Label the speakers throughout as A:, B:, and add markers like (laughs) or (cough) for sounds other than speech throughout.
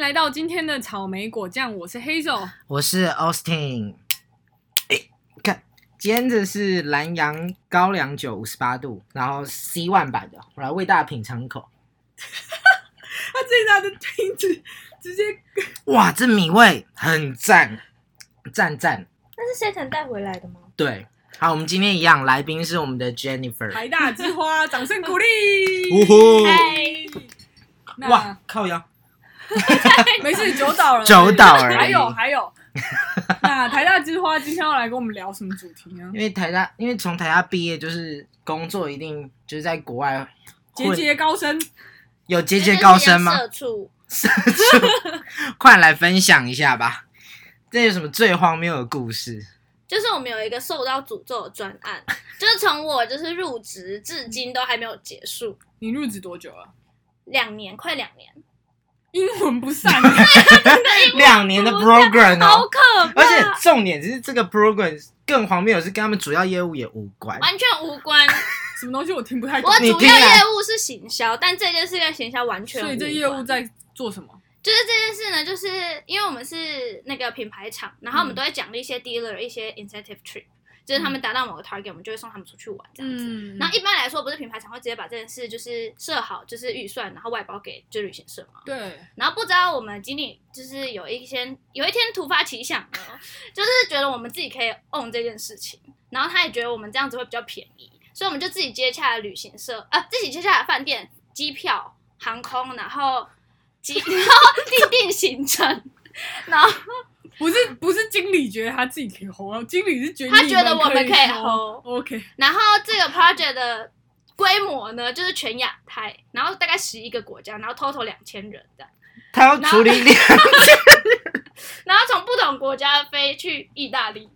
A: 来到今天的草莓果酱，我是 Hazel。
B: 我是 Austin。诶看，今天这是南洋高粱酒五十八度，然后 C one 版的，我来为大家品尝一口。
A: 他这一下的瓶子直接
B: 哇，这米味很赞，赞赞。
C: 那是 Satan 带回来的吗？
B: 对，好，我们今天一样，来宾是我们的 Jennifer。
A: 台大之花，掌声鼓励！
B: (laughs) 呜呼！
A: 那
B: 哇，靠腰。
A: 没事，酒倒了，
B: 酒倒而已
A: 还有还
B: (laughs)
A: 有，那台大之花今天要来跟我们聊什么主题呢？
B: 因为台大，因为从台大毕业就是工作，一定就是在国外
A: 节
B: 混
A: 节高升，
B: 有节节高升吗？
C: 社畜，
B: 快来分享一下吧，这有什么最荒谬的故事？
C: 就是我们有一个受到诅咒的专案，就是从我就是入职至今都还没有结束，
A: 你入职多久了？
C: 两年快两年，
A: 英文不
B: (laughs)
A: 善，
B: 两年
A: (laughs)
B: 的 program
C: 好
B: 哦，
C: 可怕，
B: 而且重点是这个 program 更荒谬的是跟他们主要业务也无关。
A: 哎
C: 完全无
B: (laughs)
C: 关。
A: 什么东西我听不太懂
C: 我。
B: 你
C: 主
B: 听
C: 要
B: 啊
C: 业务是行销，但这件事跟行销完全无
A: 所
C: 关。
A: 以这业务在做什么？
C: 就是这件事呢，就是因为我们是那个品牌厂，然后我
B: 嗯
C: 们都会奖励一些 dealer 一些 incentive trip，就是他们达到某个 target，我们就会送他们出去玩这样子。
A: 嗯
C: 那一般来说，不是品牌厂会直接把这件事就是设好，就是预算，然后外包给就旅行社嘛。
A: 对，
C: 然后不知道我们经理就是有一天有一天突发奇想呢， (laughs) 就是觉得我们自己可以 own 这件事情，然后他也觉得我们这样子会比较便宜，所以我们就自己接洽了旅行社，啊，自己接洽了饭店、机票、航空，然后机 (laughs) 然后订定行程，然后
A: 不是不是经理觉得他自己可以红，经理是觉得
C: 他觉得
A: 你
C: 我们可以
A: 红。
C: hold
A: OK，
C: 然后这个 project 的规模呢，就是全亚太，然后大概十一个国家，然后 total 两千人这样。
B: 他要处理两，
C: 然后从不同国家飞去意大利，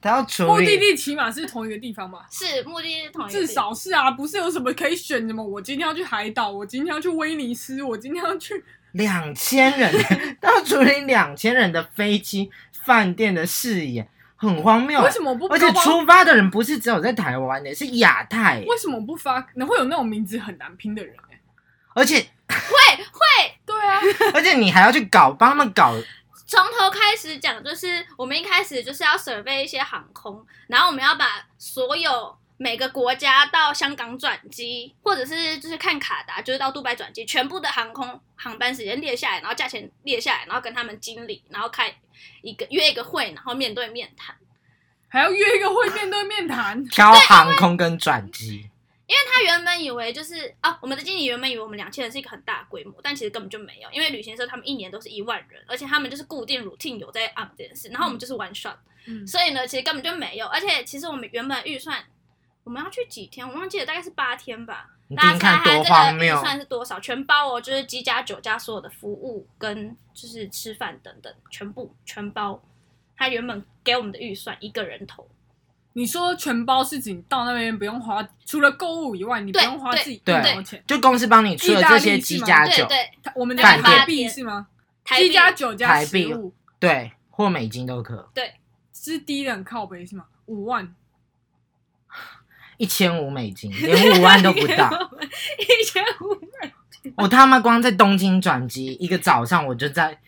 B: 他要处
A: 目的
B: 理，
A: 地起码是同一个地方嘛，
C: 是目的地是同一个地
A: 至少是啊，不是有什么可以选什么？我今天要去海岛，我今天要去威尼斯，我今天要去
B: 两千人， (laughs) 他要处理两千人的飞机、饭店的视野，很荒谬
A: 为。什么不
B: 而且
A: 包包
B: 出发的人不是只有在台湾的，是亚太，
A: 为什么不发？可能会有那种名字很难拼的人、欸、
B: 而且
C: 会会
A: 对啊，
B: 而且你还要去搞帮他们搞
C: 从头开始讲，就是我们一开始就是要 survey 一些航空，然后我们要把所有每个国家到香港转机，或者是就是看卡达，就是到杜拜转机，全部的航空航班时间列下来，然后价钱列下来，然后跟他们经理，然后开一个约一个会，然后面对面谈。
A: 还要约一个会面对面谈，
B: 挑航空跟转
A: (laughs)
B: 机，
C: 因为他原本以为就是啊，我们的经理原本以为我们两千人是一个很大的规模，但其实根本就没有，因为旅行社他们一年都是一万人，而且他们就是固定 routine 有在 on 这件事，然后我们就是 one shot，、
A: 嗯
C: 所以呢，其实根本就没有，而且其实我们原本预算我们要去几天，我忘记了，大概是八天吧。
B: 你
C: 大
B: 听
C: 家猜
B: 看多
C: 猜
B: 荒
C: 这个预
B: 谬！
C: 算是多少？全包哦，就是机加酒加所有的服务跟就是吃饭等等，全部全包。他原本给我们的预算一个人头，
A: 你说全包是指你到那边不用花，除了购物以外，你不
C: 对
A: 用花
C: 对
A: 自己一
B: 对
A: 毛钱。
B: 就公司帮你出了这些机加
C: 对
B: 酒，
C: 对，
A: 他我们
B: 饭
A: 讲
B: 店
A: 台币是吗？
C: 台
A: 七
C: 币
A: 加九加
B: 台
A: 十
B: 币
A: 五
B: 对，或美金都可，
A: 是低的很靠北是吗？五万，
B: 一千五美金，连五万都不到。
C: (laughs) 一千五。
B: 我他妈光在东京转机一个早上，我就在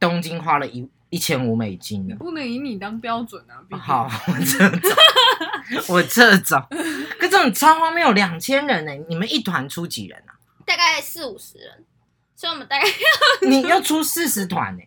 B: 东京花了一一千五美金
A: 你
B: 了。
A: 不能以你当标准啊！毕
C: 嗯
A: 竟
B: 好，，我这种，我这种，可这种超荒谬，两千人呢、你们一团出几人
C: (laughs)
B: 啊？
C: 大概四五十人，所以我们大概
B: 你要出四十团
C: (laughs)
B: 呢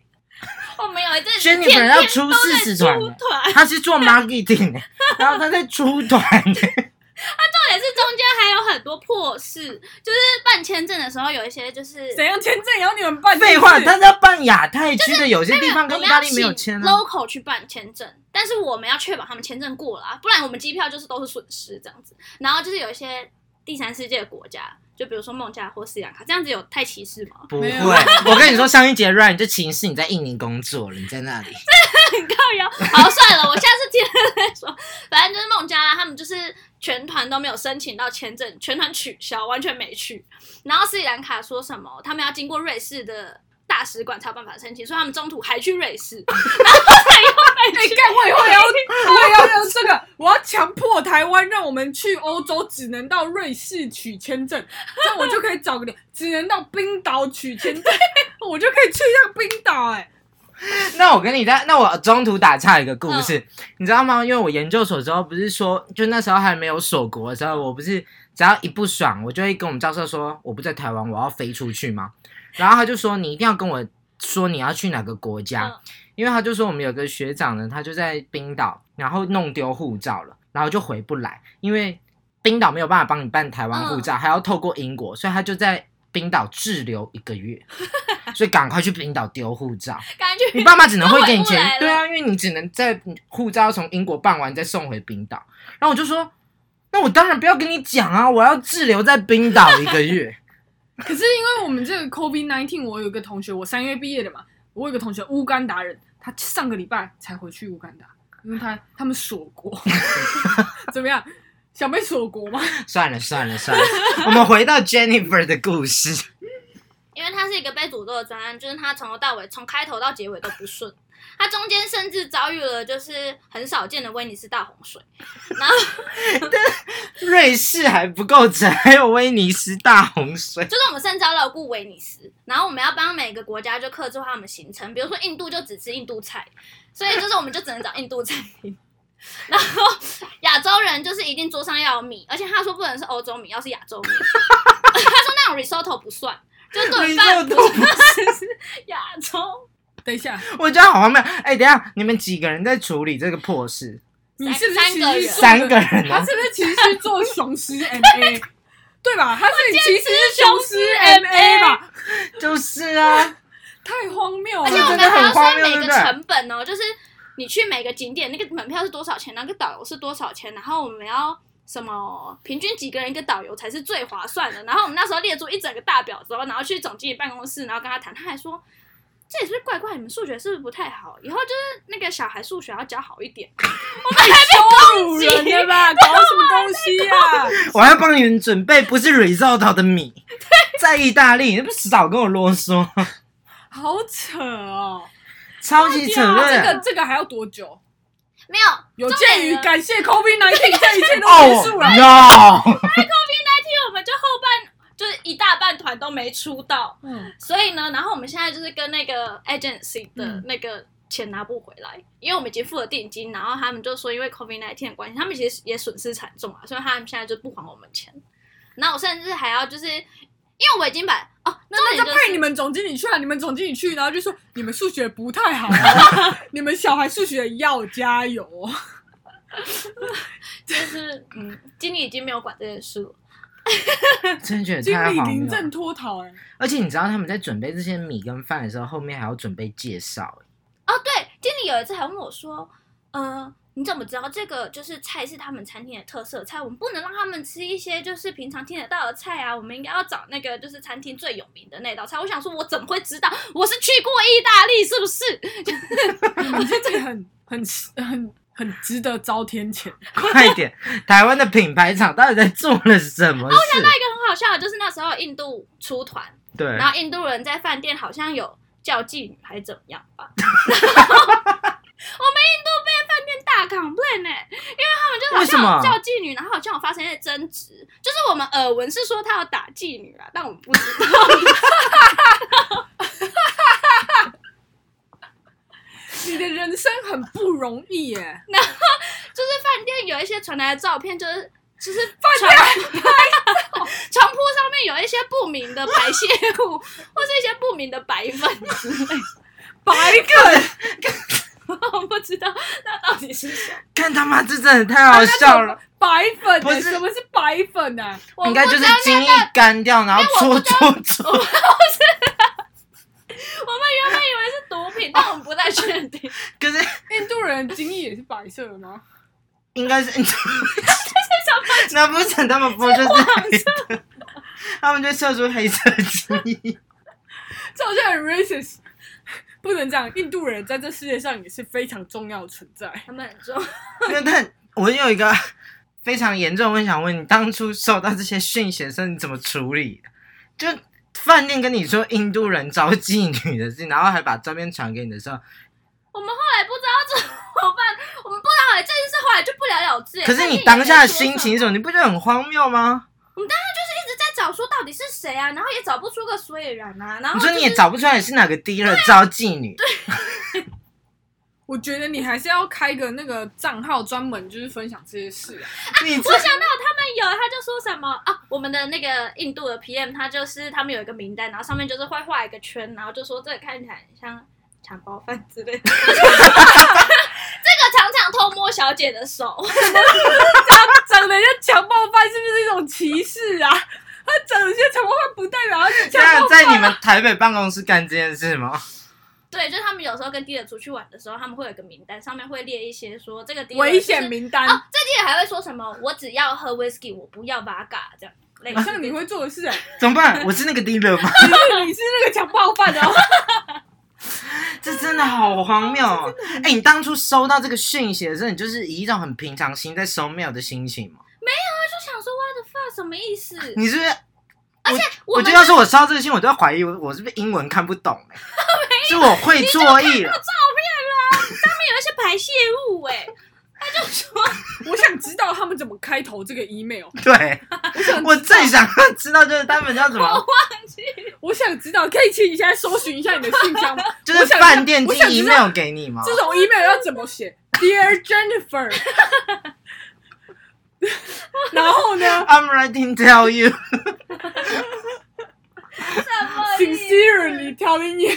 C: 我们有一阵子天天
B: ，Jennifer 要出四十团、
C: 出
B: 欸，
C: 团，
B: (laughs) 他是做 marketing，的、
C: (laughs)
B: 然后他在出团、
C: 重点是中间还有很多破事，就是办签证的时候有一些就是
A: 怎样签证也要你们办？
B: 废话，
A: 是不是
B: 他在办亚太区的，有些地方
C: 我
B: 跟
C: 们
B: 意大
C: 要
B: 利
C: 请
B: 没有签啊。
C: local 去办签证，但是我们要确保他们签证过了、啊，不然我们机票就是都是损失这样子。然后就是有一些第三世界的国家，就比如说孟加拉或斯里兰卡，这样子有太歧视吗？
B: 不
A: 没
B: 会
A: 有，啊
B: (laughs) 我跟你说，上一节 Ryan 就歧视你在印尼工作了，你在那里。
C: 很靠腰。好，算了，我下次听了再说。反正就是孟加拉，他们就是全团都没有申请到签证，全团取消，完全没去。然后斯里兰卡说什么，他们要经过瑞士的大使馆才有办法申请，所以他们中途还去瑞士，然后才又
A: 哎，
C: 被去。
A: 干我以后也要，我也要用这个，我要强迫台湾让我们去欧洲只能到 (laughs) 瑞士取签证，这样我就可以找个理由只能到冰岛取签证。我就可以去一趟冰岛哎、
B: (laughs) 那我跟你在，那我中途打岔一个故事，你知道吗？因为我研究所之后不是说，就那时候还没有锁国的时候，我不是只要一不爽，我就会跟我们教授说，我不在台湾，我要飞出去嘛。然后他就说，你一定要跟我说你要去哪个国家，
C: 嗯
B: 因为他就说我们有个学长呢，他就在冰岛，然后弄丢护照了，然后就回不来，因为冰岛没有办法帮你办台湾护照，还要透过英国，所以他就在冰岛滞留一个月，所以赶快去冰岛丢护照。
C: 感觉
B: 你爸妈只能会给你
C: 都回不来
B: 钱
C: 了，
B: 对啊，因为你只能在护照从英国办完再送回冰岛。然后我就说，那我当然不要跟你讲啊，我要滞留在冰岛一个月。 (laughs)
A: 可是因为我们这个 COVID nineteen，我有一个同学，我三月毕业的嘛，我有一个同学乌干达人，他上个礼拜才回去乌干达，因为他他们锁 (laughs) 国，怎么样？想被锁国吗？
B: 算了算了算了，我们回到 Jennifer 的故事。
C: 因为它是一个被诅咒的专案，就是它从头到尾，从开头到结尾都不顺。它中间甚至遭遇了就是很少见的威尼斯大洪水，然后
B: 瑞士还不够惨，还有威尼斯大洪水。
C: 就是我们甚至要牢固威尼斯，然后我们要帮每个国家就克制化他们行程，比如说印度就只吃印度菜，所以就是我们就只能找印度餐厅。然后亚洲人就是一定桌上要有米，而且他说不能是欧洲米，要是亚洲米。 (laughs) 他说那种 risotto 不算，就
B: 你
C: 炖
B: 说
C: 饭
B: 的
C: 不
B: 都
C: 是
B: 不
C: 亚洲。
A: 等一下，
B: 我觉得好荒谬。哎、等一下，你们几个人在处理这个破事？
A: 你是不是
C: 三
A: 其
C: 个
A: 实
C: 人
A: 去做
B: 三个人
A: 他
B: 啊，
A: 是不是其实去做雄狮 M
C: (laughs)
A: A？对吧？他是其实是雄狮 M A 吧？
B: 就是啊，
A: 太荒谬
C: 而且
A: 了！
C: 我
B: 这真
C: 们
B: 的
C: 还要
B: 很荒
C: 算
B: 谬
C: 每
B: 对不
C: 个
B: 对
C: 成本哦，就是你去每个景点那个门票是多少钱，那个导游是多少钱，然后我们要什么平均几个人一个导游才是最划算的。然后我们那时候列出一整个大表之后，然后去总经理办公室，然后跟他谈，他还说。这也是怪怪，你们数学是不是不太好？以后就是那个小孩数学要教好一点。
A: 羞辱人的吧？搞什么东西啊？
B: 我还要帮你们准备不是 risotto 的
C: (laughs)
B: 米，在意大利，你不少跟我啰嗦。
A: 好扯哦！
B: 超级扯
A: 啊这
B: 论。
A: 个这个还要多久？
C: 没有，
A: 有
C: 重
A: 鉴
C: 点
A: 于
C: 呢
A: 感谢 COVID nineteen，这一切都
B: 哦
A: 结束了。
B: ，no，
C: 因为我们就后半就是一大半团都没出到，
A: 嗯，
C: 所以呢，然后我们现在就是跟那个 agency 的
A: 嗯
C: 那个钱拿不回来，因为我们已经付了定金，然后他们就说因为 COVID 1 9的关系，他们其实也损失惨重啊，所以他们现在就不还我们钱。然后我甚至还要就是，因为我已经把哦，
A: 那那
C: 重点
A: 就
C: 就
A: 派
C: 是
A: 你们总经理去啊！你们总经理去，然后就说你们数学不太好
B: (laughs)
A: 啊，你们小孩数学要加油哦。
C: 就是嗯，经理已经没有管这件事了。
B: (laughs) 真的觉得
A: 经
B: 太
A: 理
B: 荒
A: 临
B: 谬
A: 阵
B: 了。
A: 脱逃哎，
B: 而且你知道他们在准备这些米跟饭的时候，后面还要准备介
C: (laughs)
B: 绍。
C: 哦，对，经理有一次还问我说，呃，你怎么知道这个就是菜是他们餐厅的特色菜？我们不能让他们吃一些就是平常听得到的菜啊，我们应该要找那个就是餐厅最有名的那道菜。我想说，我怎么会知道？我是去过意大利，是不 (laughs) 是？
A: 你们这个很很很很值得遭天谴。
B: 快点，台湾的品牌厂到底在做了什么
C: (laughs) 一
B: 事？
C: 个很好笑的就是那时候印度出团，
B: 对
C: 然，后印度人在饭店好像有叫妓女还是怎么样吧。然后我们印度被饭店大 complain 呢、因为他们就好
B: 为什么
C: 像有叫妓女，然后好像有发生一些争执，就是我们耳闻是说他要打妓女啊，但我们不知道。
A: 你的人生很不容易耶，
C: 就是饭店有一些传来的照片，就是就是床 (laughs) 床铺上面有一些不明的排泄物， (laughs) 或是一些不明的白粉之类的，
B: (laughs)
A: 白啊梗。
C: 我不知道那到底是什么。
B: 看他妈，这真的太好笑了。
A: 白粉、
B: 不
A: 欸，
B: 是
A: 什么是白粉呢、啊？
C: 我
B: 应该
C: 不
B: 就
C: 知
B: 是
C: 道
B: 精液干掉，然后搓搓搓。
C: 我们原本以为是毒品，但我们不太确定。
B: (laughs) 可是
A: 印度人的精液也是白色的吗？
B: 应
C: (laughs)
B: 该是， (laughs) 那不是他们不就是黑的 (laughs) 他们就射出黑色的精液。
A: 这好像很 racist，不 (laughs) 能这样。印度人在这世界上也是非常重要的存在。
C: 他们很重，
B: (laughs) 那但我有一个非常严重的问题想问你，当初收到这些讯息的时候，你怎么处理的？就饭店跟你说印度人招妓女的事情，然后还把照片传给你的时候，
C: 我们后来不知道怎么办，我们不知道这件事后来就不了了之。哎
B: 可是你当下的心情是什么？你不觉得很荒谬吗？
C: 一直在找说到底是谁啊？然后也找不出个所以然啊。然后
B: 你说
C: 就
B: 你也
C: 是啊
B: 找不出来是哪个 dealer 招妓女，
A: 我觉得你还是要开个那个账号，专门就是分享这些事啊。
B: 你这
C: 我想到他们有，他就说什么啊，我们的那个印度的 PM，他就是他们有一个名单，然后上面就是会画一个圈，然后就说这个看起来很像抢包犯之类的。 (laughs) 这个常常偷摸小姐的手， (laughs)
A: 长得像强暴犯是不是一种歧视啊？他长得像强暴犯不代表他是
B: 这
A: 强
B: 样
A: 暴犯啊。
B: 在你们台北办公室干这件事吗？
C: 对，就是他们有时候跟 dealer 出去玩的时候，他们会有一个名单，上面会列一些说这个 dealer
A: 危险
C: 名
A: 名单，
C: 哦，这 dealer 还会说什么我只要喝 whisky，我不要 v o d a 这样。类似
A: 像你会做的事、欸，
B: 怎么办？我是那个 dealer
C: (laughs)
B: 吗？
A: 你是你是那个强暴犯的、哦。
B: 这真的好荒谬、
C: 啊
B: 哦！哎、你当初收到这个讯息的时候，你就是以一种很平常心在收 mail 的心情吗？
C: 就想说 what the fuck 什么意思？
B: 你是不是？我
C: 们
B: 觉得
C: 的
B: 要是我收到这个信，我都要怀疑我我是不是英文看不懂、欸？
C: (laughs)
B: 是我会错意了。
C: 上面有一些排泄物哎、他就说。
A: 我想知道他们怎么开头这个 email，
B: 对，我最想知道就是他们要怎么，
A: 我想知道，可以请你现在搜寻一下你的信箱吗？
B: 就是
A: 我想知道
B: 饭店
A: 我
B: 寄
A: 想知道
B: email 给你吗？
A: 这种 email 要怎么写？Dear Jennifer，然后呢
B: I'm writing tell you，
A: ？Sincerely telling you, (laughs)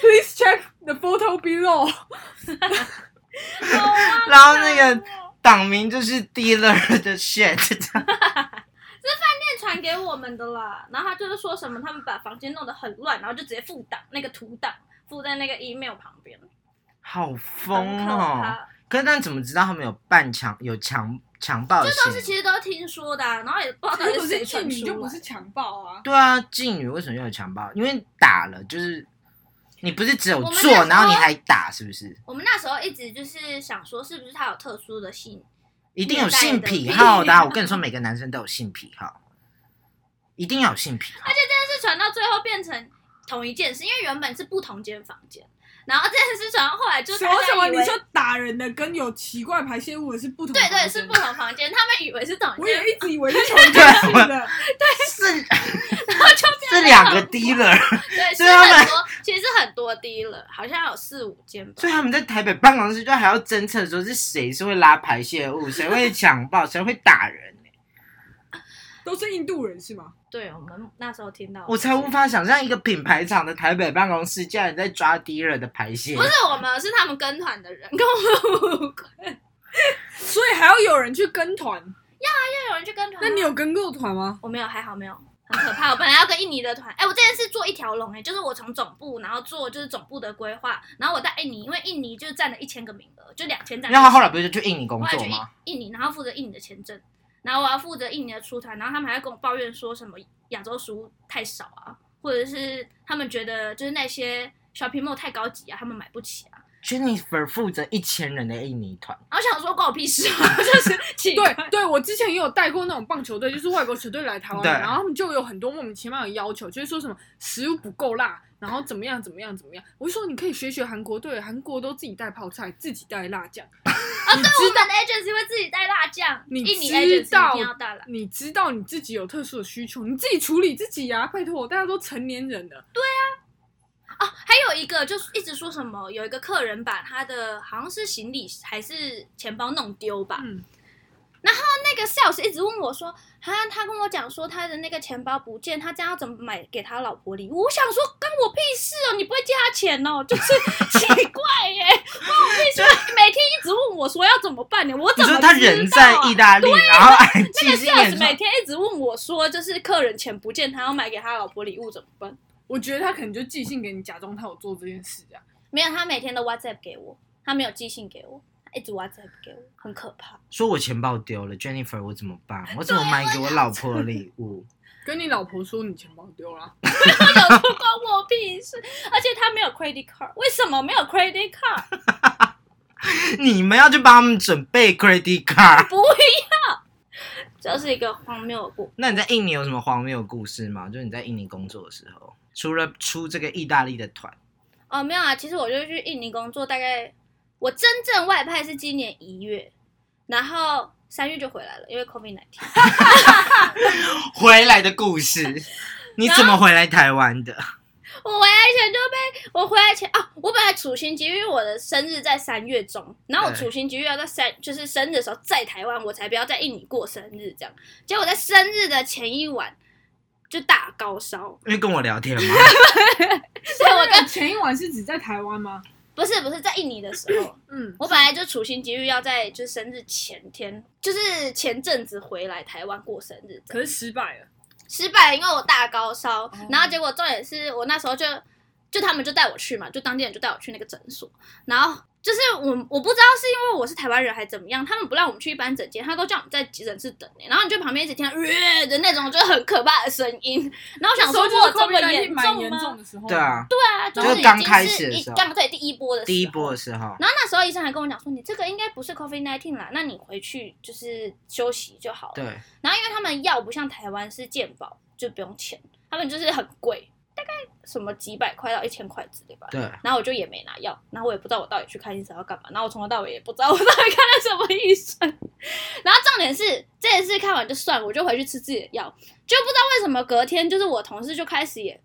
A: please check the photo below。
C: 哦
B: 然后那个党名就是 dealer 的 shit，
C: 他传给我们的啦，然后他就是说什么他们把房间弄得很乱，然后就直接附档那个图档附在那个 email 旁边，
B: 好
C: 很
B: 疯
C: 可
B: 哦！
C: 怕。
B: 可是但怎么知道他们有半强有强强暴
C: 这
B: 性？
C: 都是其实都听说的啊、然后也不知道到
A: 可
C: 底
A: 是
C: 谁
A: 妓
C: 传
A: 女就
C: 出
A: 不
C: 来
A: 是。强暴啊。
B: 对啊，妓女为什么要有强暴？因为打了就是你不是只有
C: 我们那时
B: 做，
C: 候
B: 然后你还打，是不是？
C: 我们那时候一直就是想说，是不是他有特殊的性？
B: 一定有
C: 年代
B: 性
C: 的
B: 癖
C: 不一
B: 好的啊、
C: 样
B: 我跟你说，每个男生都有性癖好，一定要有性癖好。
C: 但是传到最后变成同一件事，因为原本是不同间房间，然后这件事传到后来就
A: 什
C: 大家
A: 么什么？
C: 以
A: 你
C: 为
A: 说打人的跟有奇怪排泄物的是不同？
C: 对对是不。同房间，他们以为是同一
A: 我
C: 间
A: 也一直以为是同一件
C: (laughs)
A: 事的，
B: 是
C: 然后就
B: (laughs) 是
C: 变成
B: 两个
C: 很
B: dealer，
C: 对，是
B: 所以他们
C: 很多，其实很多低了，好像有四五间吧
B: 所。以他们在台北办公室就还要侦测说是谁是会拉排泄物，谁会强暴，谁会打人、欸
A: 都是印度人是吗？
C: 对，我们那时候听到，
B: 我才无。法想象一个品牌厂的台北办公室竟然在抓 dealer 的排泄
C: 不。是我们，是他们跟团的人，跟我们无关。
A: 所以还要有人去跟团。
C: 又有人去跟团吗？
A: 那你有跟过团吗？
C: 我没有，还好没有，很可怕。我本来要跟印尼的团，哎、我这件事做一条龙，哎，就是我从总部，然后做就是总部的规划，然后我在印尼，因为印尼就是占了一千个名额，就两千占。
B: 然后他后来不是就去印尼工
C: 我要
B: 作
C: 去印
B: 吗？
C: 印尼，然后负责印尼的签证，然后我要负责印尼的出团，然后他们还跟我抱怨说什么亚洲食物太少啊，或者是他们觉得就是那些 shopping mall 太高级啊，他们买不起啊。
B: Jennifer 负责一千人的印尼团，
C: 然后想说关我屁事啊， (laughs) 就是奇怪。
A: 对对，我之前也有带过那种棒球队，就是外国球队来台湾，
B: 对
A: 然后他们就有很多莫名其妙的要求，就是说什么食物不够辣，然后怎么样怎么样怎么样。我就说你可以学学韩国队，韩国都自己带泡菜，自己带辣酱。
C: 啊，对，我们的 agency 会自己带辣酱，
A: 你
C: 印尼
A: 知
C: agency 一
A: 道
C: 定要带辣。
A: 你知道你自己有特殊的需求，你自己处理自己呀、拜托，大家都成年人了。
C: 哦，还有一个就是一直说什么，有一个客人把他的好像是行李还是钱包弄丢吧，
A: 嗯，
C: 那个 sales 一直问我说，他他跟我讲说他的那个钱包不见，他这样要怎么买给他老婆礼物？我想说关我屁事哦，你不会借他钱哦， (laughs) 就是奇怪耶，关我屁事。每天一直问我说要怎么办呢？我
B: 你
C: 怎么
B: 说
C: 知道
B: 他
C: 啊？
B: 人在意大利，然后还
C: 那个
B: 寄信
C: sales
B: 给
C: 每天一直问我说，就是客人钱不见，他要买给他老婆礼物怎么办？
A: 我觉得他可能就寄信给你，假装他有做这件事啊。
C: 没有，他每天都 WhatsApp 给我，他没有寄信给我，他一直 WhatsApp 给我，很可怕。
B: 说我钱包丢了，Jennifer 我怎么办？我
C: 啊
B: 怎么买给我老婆礼物？
A: 跟你老婆说你钱包丢了，
C: 有不关我屁事，而且他没有 credit card，为什么没有 credit card？
B: (laughs) 你们要去帮他们准备 credit card。(laughs)
C: (laughs) 不要，这是一个荒谬的故
B: 那你在印尼有什么荒谬的故事吗？就是你在印尼工作的时候，除了出这个意大利的
C: (laughs)
B: 团，
C: 哦，没有啊，其实我就去印尼工作，大概我真正外派是今年一月，然后三月就回来了，因为 COVID 1 9
B: 回来的故事。你怎么回来台湾的？
C: (laughs) 我回来前就被我回来前啊，我本来处心积虑，因为我的生日在三月中，然后我
B: 对
C: 处心积虑要在三就是生日的时候在台湾，我才不要在印尼过生日这样。结果在生日的前一晚就大高烧，
B: 因为跟我聊天
C: (laughs)
B: 吗？
C: 所以我跟
A: (laughs) 前一晚是只在台湾吗？
C: 不是不是在印尼的时候，
A: 嗯，
C: 我本来就处心积虑要在就是生日前天，就是前阵子回来台湾过生日这样，
A: 可是失败了。
C: 失败了，因为我大高烧，
A: 哦
C: 然后结果重点是我那时候就就他们就带我去嘛，就当地人就带我去那个诊所，然后就是我我不知道是因为我是台湾人还怎么样，他们不让我们去一般诊间，他都叫我们在急诊室等、欸，然后你就旁边一直听到、呃、的那种就是很可怕的声音，然后我想说
A: 那时候
C: 哇
A: 就是
C: 这么
A: COVID-19
C: 严
A: 蛮
C: 重
A: 严重
C: 吗？
A: 的时候，
B: 对，啊，
C: 对啊，就是
B: 就
C: 已
B: 刚
C: 经
B: 开
C: 是
B: 始的
C: 一
B: 时候
C: 刚对第一波的时候
B: 第一波的时候，
C: 然后那时候医生还跟我讲说，你这个应该不是 COVID nineteen 啦，那你回去就是休息就好了。
B: 对，
C: 然后因为他们药不像台湾是健保，就不用钱，他们就是很贵，大概什么几百块到一千块之类吧。
B: 对，
C: 然后我就也没拿药，然后我也不知道我到底去看医生要干嘛，然后我从头到尾也不知道我到底看了什么医生。然后重点是这件事看完就算了，我就回去吃自己的药，就不知道为什么隔天就是我同事就开始也。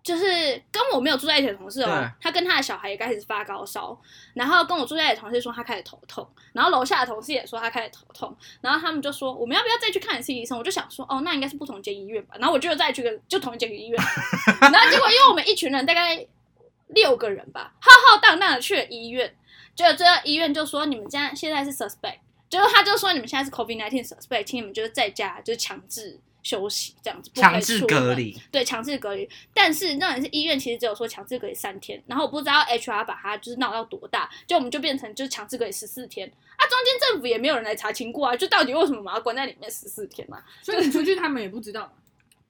C: 就是跟我没有住在一起的同事哦
B: 对，
C: 他跟他的小孩也开始发高烧，然后跟我住在一起的同事说他开始头痛，然后楼下的同事也说他开始头痛，然后他们就说我们要不要再去看一次医生？我就想说哦，那应该是不同间医院吧，然后我就又再去跟就同一间医院，
B: (laughs)
C: 然后结果因为我们一群人大概六个人吧，浩浩荡荡的去了医院，结果这个医院就说你们现在现在是 suspect，结果他就说你们现在是 COVID nineteen suspect，请你们就是在家就是强制休息这样子，不可以
B: 强制
C: 出
B: 隔
C: 门，
B: 离，
C: 对，强制隔离。但是那也是医院其实只有说强制隔离三天，然后我不知道 HR 把它就是闹到多大，就我们就变成就是强制隔离十四天，啊，中间政府也没有人来查清过啊，就到底为什么把它关在里面十四天嘛、
A: 所以你出去他们也不知道。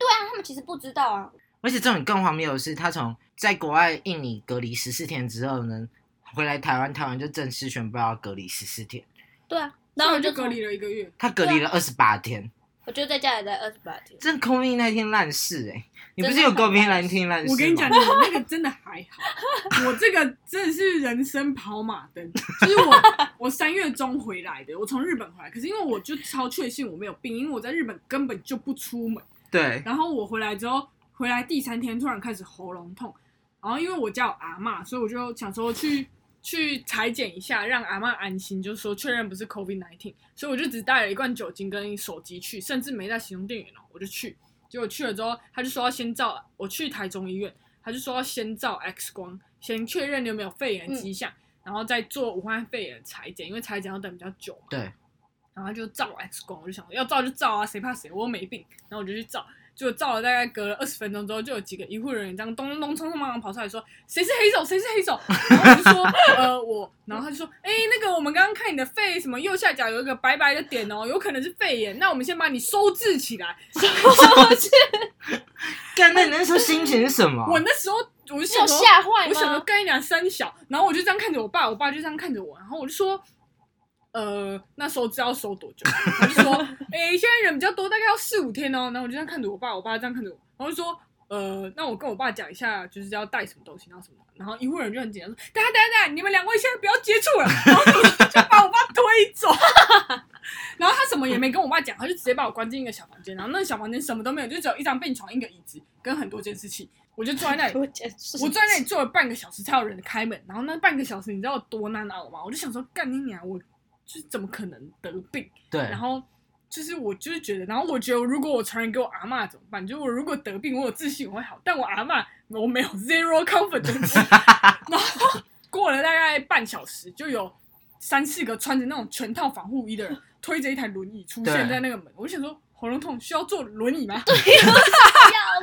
C: 但他们其实不知道啊，
B: 而且这种更荒谬的是，他从在国外印尼隔离十四天之后呢，回来台湾，台湾就正式宣布要隔离十四天，
C: 对啊， (laughs) 然后
A: 所
C: 我
A: 以
C: 就
A: 就隔
C: 从，
A: 离了一个月。
B: 他隔离了二十八天，
C: 我就在家里待二十八天。
B: 真 COVID 那天烂事哎、你不是
C: 真的
B: 有
C: 很
B: COVID 那
C: 烂事
B: 天烂事吗？
A: 我跟你讲，你那个真的还好，
C: (laughs)
A: 我这个真的是人生跑马灯。就是我，我三月中回来的，我从日本回来，可是因为我就超确信我没有病，因为我在日本根本就不出门。
B: 对，
A: 然后我回来之后，回来第三天突然开始喉咙痛，然后因为我叫阿嬷，所以我就想说去 (laughs) 去裁剪一下，让阿嬷安心，就说确认不是 COVID nineteen，所以我就只带了一罐酒精跟手机去，甚至没带行动电源哦，我就去。结果去了之后，他就说要先照，我去台中医院，他就说要先照 X 光，先确认你有没有肺炎迹象，然后再做武汉肺炎裁剪，因为裁剪要等比较久嘛。
B: 对。
A: 然后就照 X 光，我就想说要照就照啊，谁怕谁，我又没病。然后我就去照，就照了大概隔了二十分钟之后，就有几个医护人员这样咚咚咚匆匆忙忙跑出来说谁是黑手，谁是黑手。 (laughs) 然后我就说呃我，然后他就说哎、那个我们刚刚看你的肺什么右下角有一个白白的点哦，有可能是肺炎，那我们先把你收治起来。 (laughs)
B: 干，那你那时候心情是什么？
A: 我那时候我就
C: 你有
A: 想说
C: 吓坏
A: 我想说
C: 吗？
A: 跟你讲三小，然后我就这样看着我爸，我爸就这样看着我，然后我就说，呃，那时候知道收多久？他就说，哎、现在人比较多，大概要四五天哦。然后我就这样看着我爸，我爸这样看着我，然后就说，呃，那我跟我爸讲一下，就是要带什么东西，然后什么。然后医护人员就很紧张说，等一下等一下等一下，你们两位现在不要接触了。然后我就把我爸推走。 (laughs) 然后他什么也没跟我爸讲，他就直接把我关进一个小房间，然后那个小房间什么都没有，就只有一张病床、一个椅子跟很多监视器。我就坐在那里，
C: 哎我简直
A: 我坐在那里坐了半个小时才有人开门，然后那半个小时你知道有多难熬吗？我就想说，干你娘，我就是怎么可能得病？
B: 对，
A: 然后就是我就是觉得，然后我觉得如果我传染给我阿嬷怎么办？就是我如果得病，我有自信我会好，但我阿嬷我没有 zero confidence。然
B: (laughs)
A: 后过了大概半小时，就有三四个穿着那种全套防护衣的人推着一台轮椅出现
B: 对
A: 在那个门，我就想说喉咙痛需要坐轮椅吗？
C: 要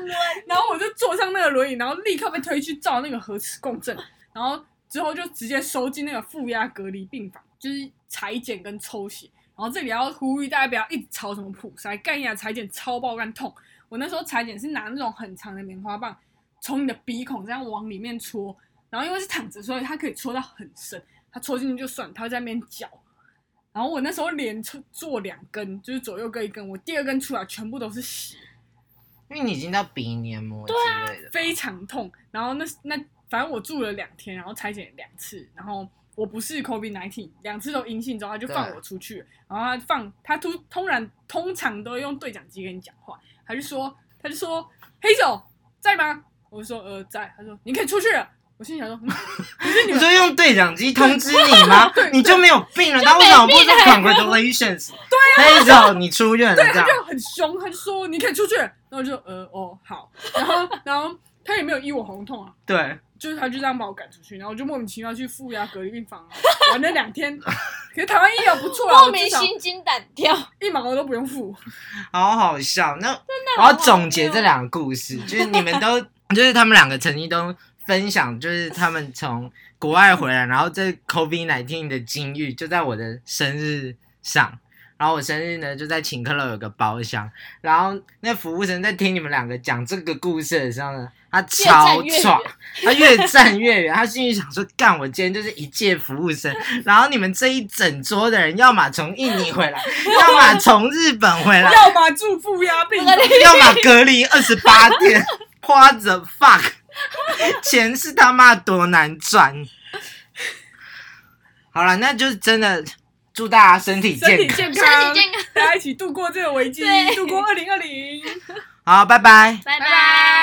C: 了，
A: 然后我就坐上那个轮椅，然后立刻被推去照那个核磁共振，然后之后就直接收进那个负压隔离病房，就是裁剪跟抽血。然后这里要呼吁大家不要一直吵什么普筛，干呀裁剪超爆干痛。我那时候裁剪是拿那种很长的棉花棒，从你的鼻孔这样往里面戳，然后因为是躺着，所以它可以戳到很深。它戳进去就算，它会在那边搅。然后我那时候连戳做两根，就是左右各一根，我第二根出来全部都是血。
B: 因为你已经到鼻黏膜
A: 啊
B: 之类的，
A: 非常痛。然后那那反正我住了两天，然后裁剪两次，然后我不是 COVID nineteen，两次都阴性之后，他就放
B: 对
A: 我出去，然后他放他突通然通常都用对讲机跟你讲话，他就说他就说黑手在吗？我就说呃在，他说你可以出去了。我心里想说，嗯可是你
B: 你
A: 们
B: 说用对讲机通知你吗？你就没有病了？他为什么不是 congratulations？对啊，黑手你出院了
A: 对，
B: 这
A: 他
B: 样。
A: 就很凶，他就说你可以出去，然后我就呃哦好，然后 (laughs) 然后他也没有医我喉痛啊，
B: 对，
A: 就是他就这样把我赶出去，然后我就莫名其妙去负压隔离病房啊 (laughs) 玩了两天。可是台湾医疗不错啊，我
C: 莫
A: 至
C: 名
A: 少
C: 心惊胆跳， (laughs)
A: 一毛都不用付。
B: 好好笑。那我要总结这两个故事，就是你们
C: (laughs)
B: 都，就是他们两个曾经都分享，就是他们从国外回来，然后这 COVID 1 9的境遇，就在我的生日上。然后我生日呢，就在请客乐有个包厢，然后那服务生在听你们两个讲这个故事的时候呢，他超
C: 越
B: 爽，他越站越远，他心里想说：“干，我今天就是一介服务生。”然后你们这一整桌的人，要么从印尼回来，要么从日本回来，
A: 要么住负压病房，
B: (laughs) 要么隔离二十八天，花着 fuck，钱是他妈多难赚。好了，那就是真的祝大家身体
A: 身
B: 健
A: 体
B: 康。
A: 健
C: 身
A: 康，
C: 体健康，
A: 大家一起度过这个危机
C: 对，
A: 度过二零二零。
B: 好，拜拜。
A: 拜
C: 拜
A: 拜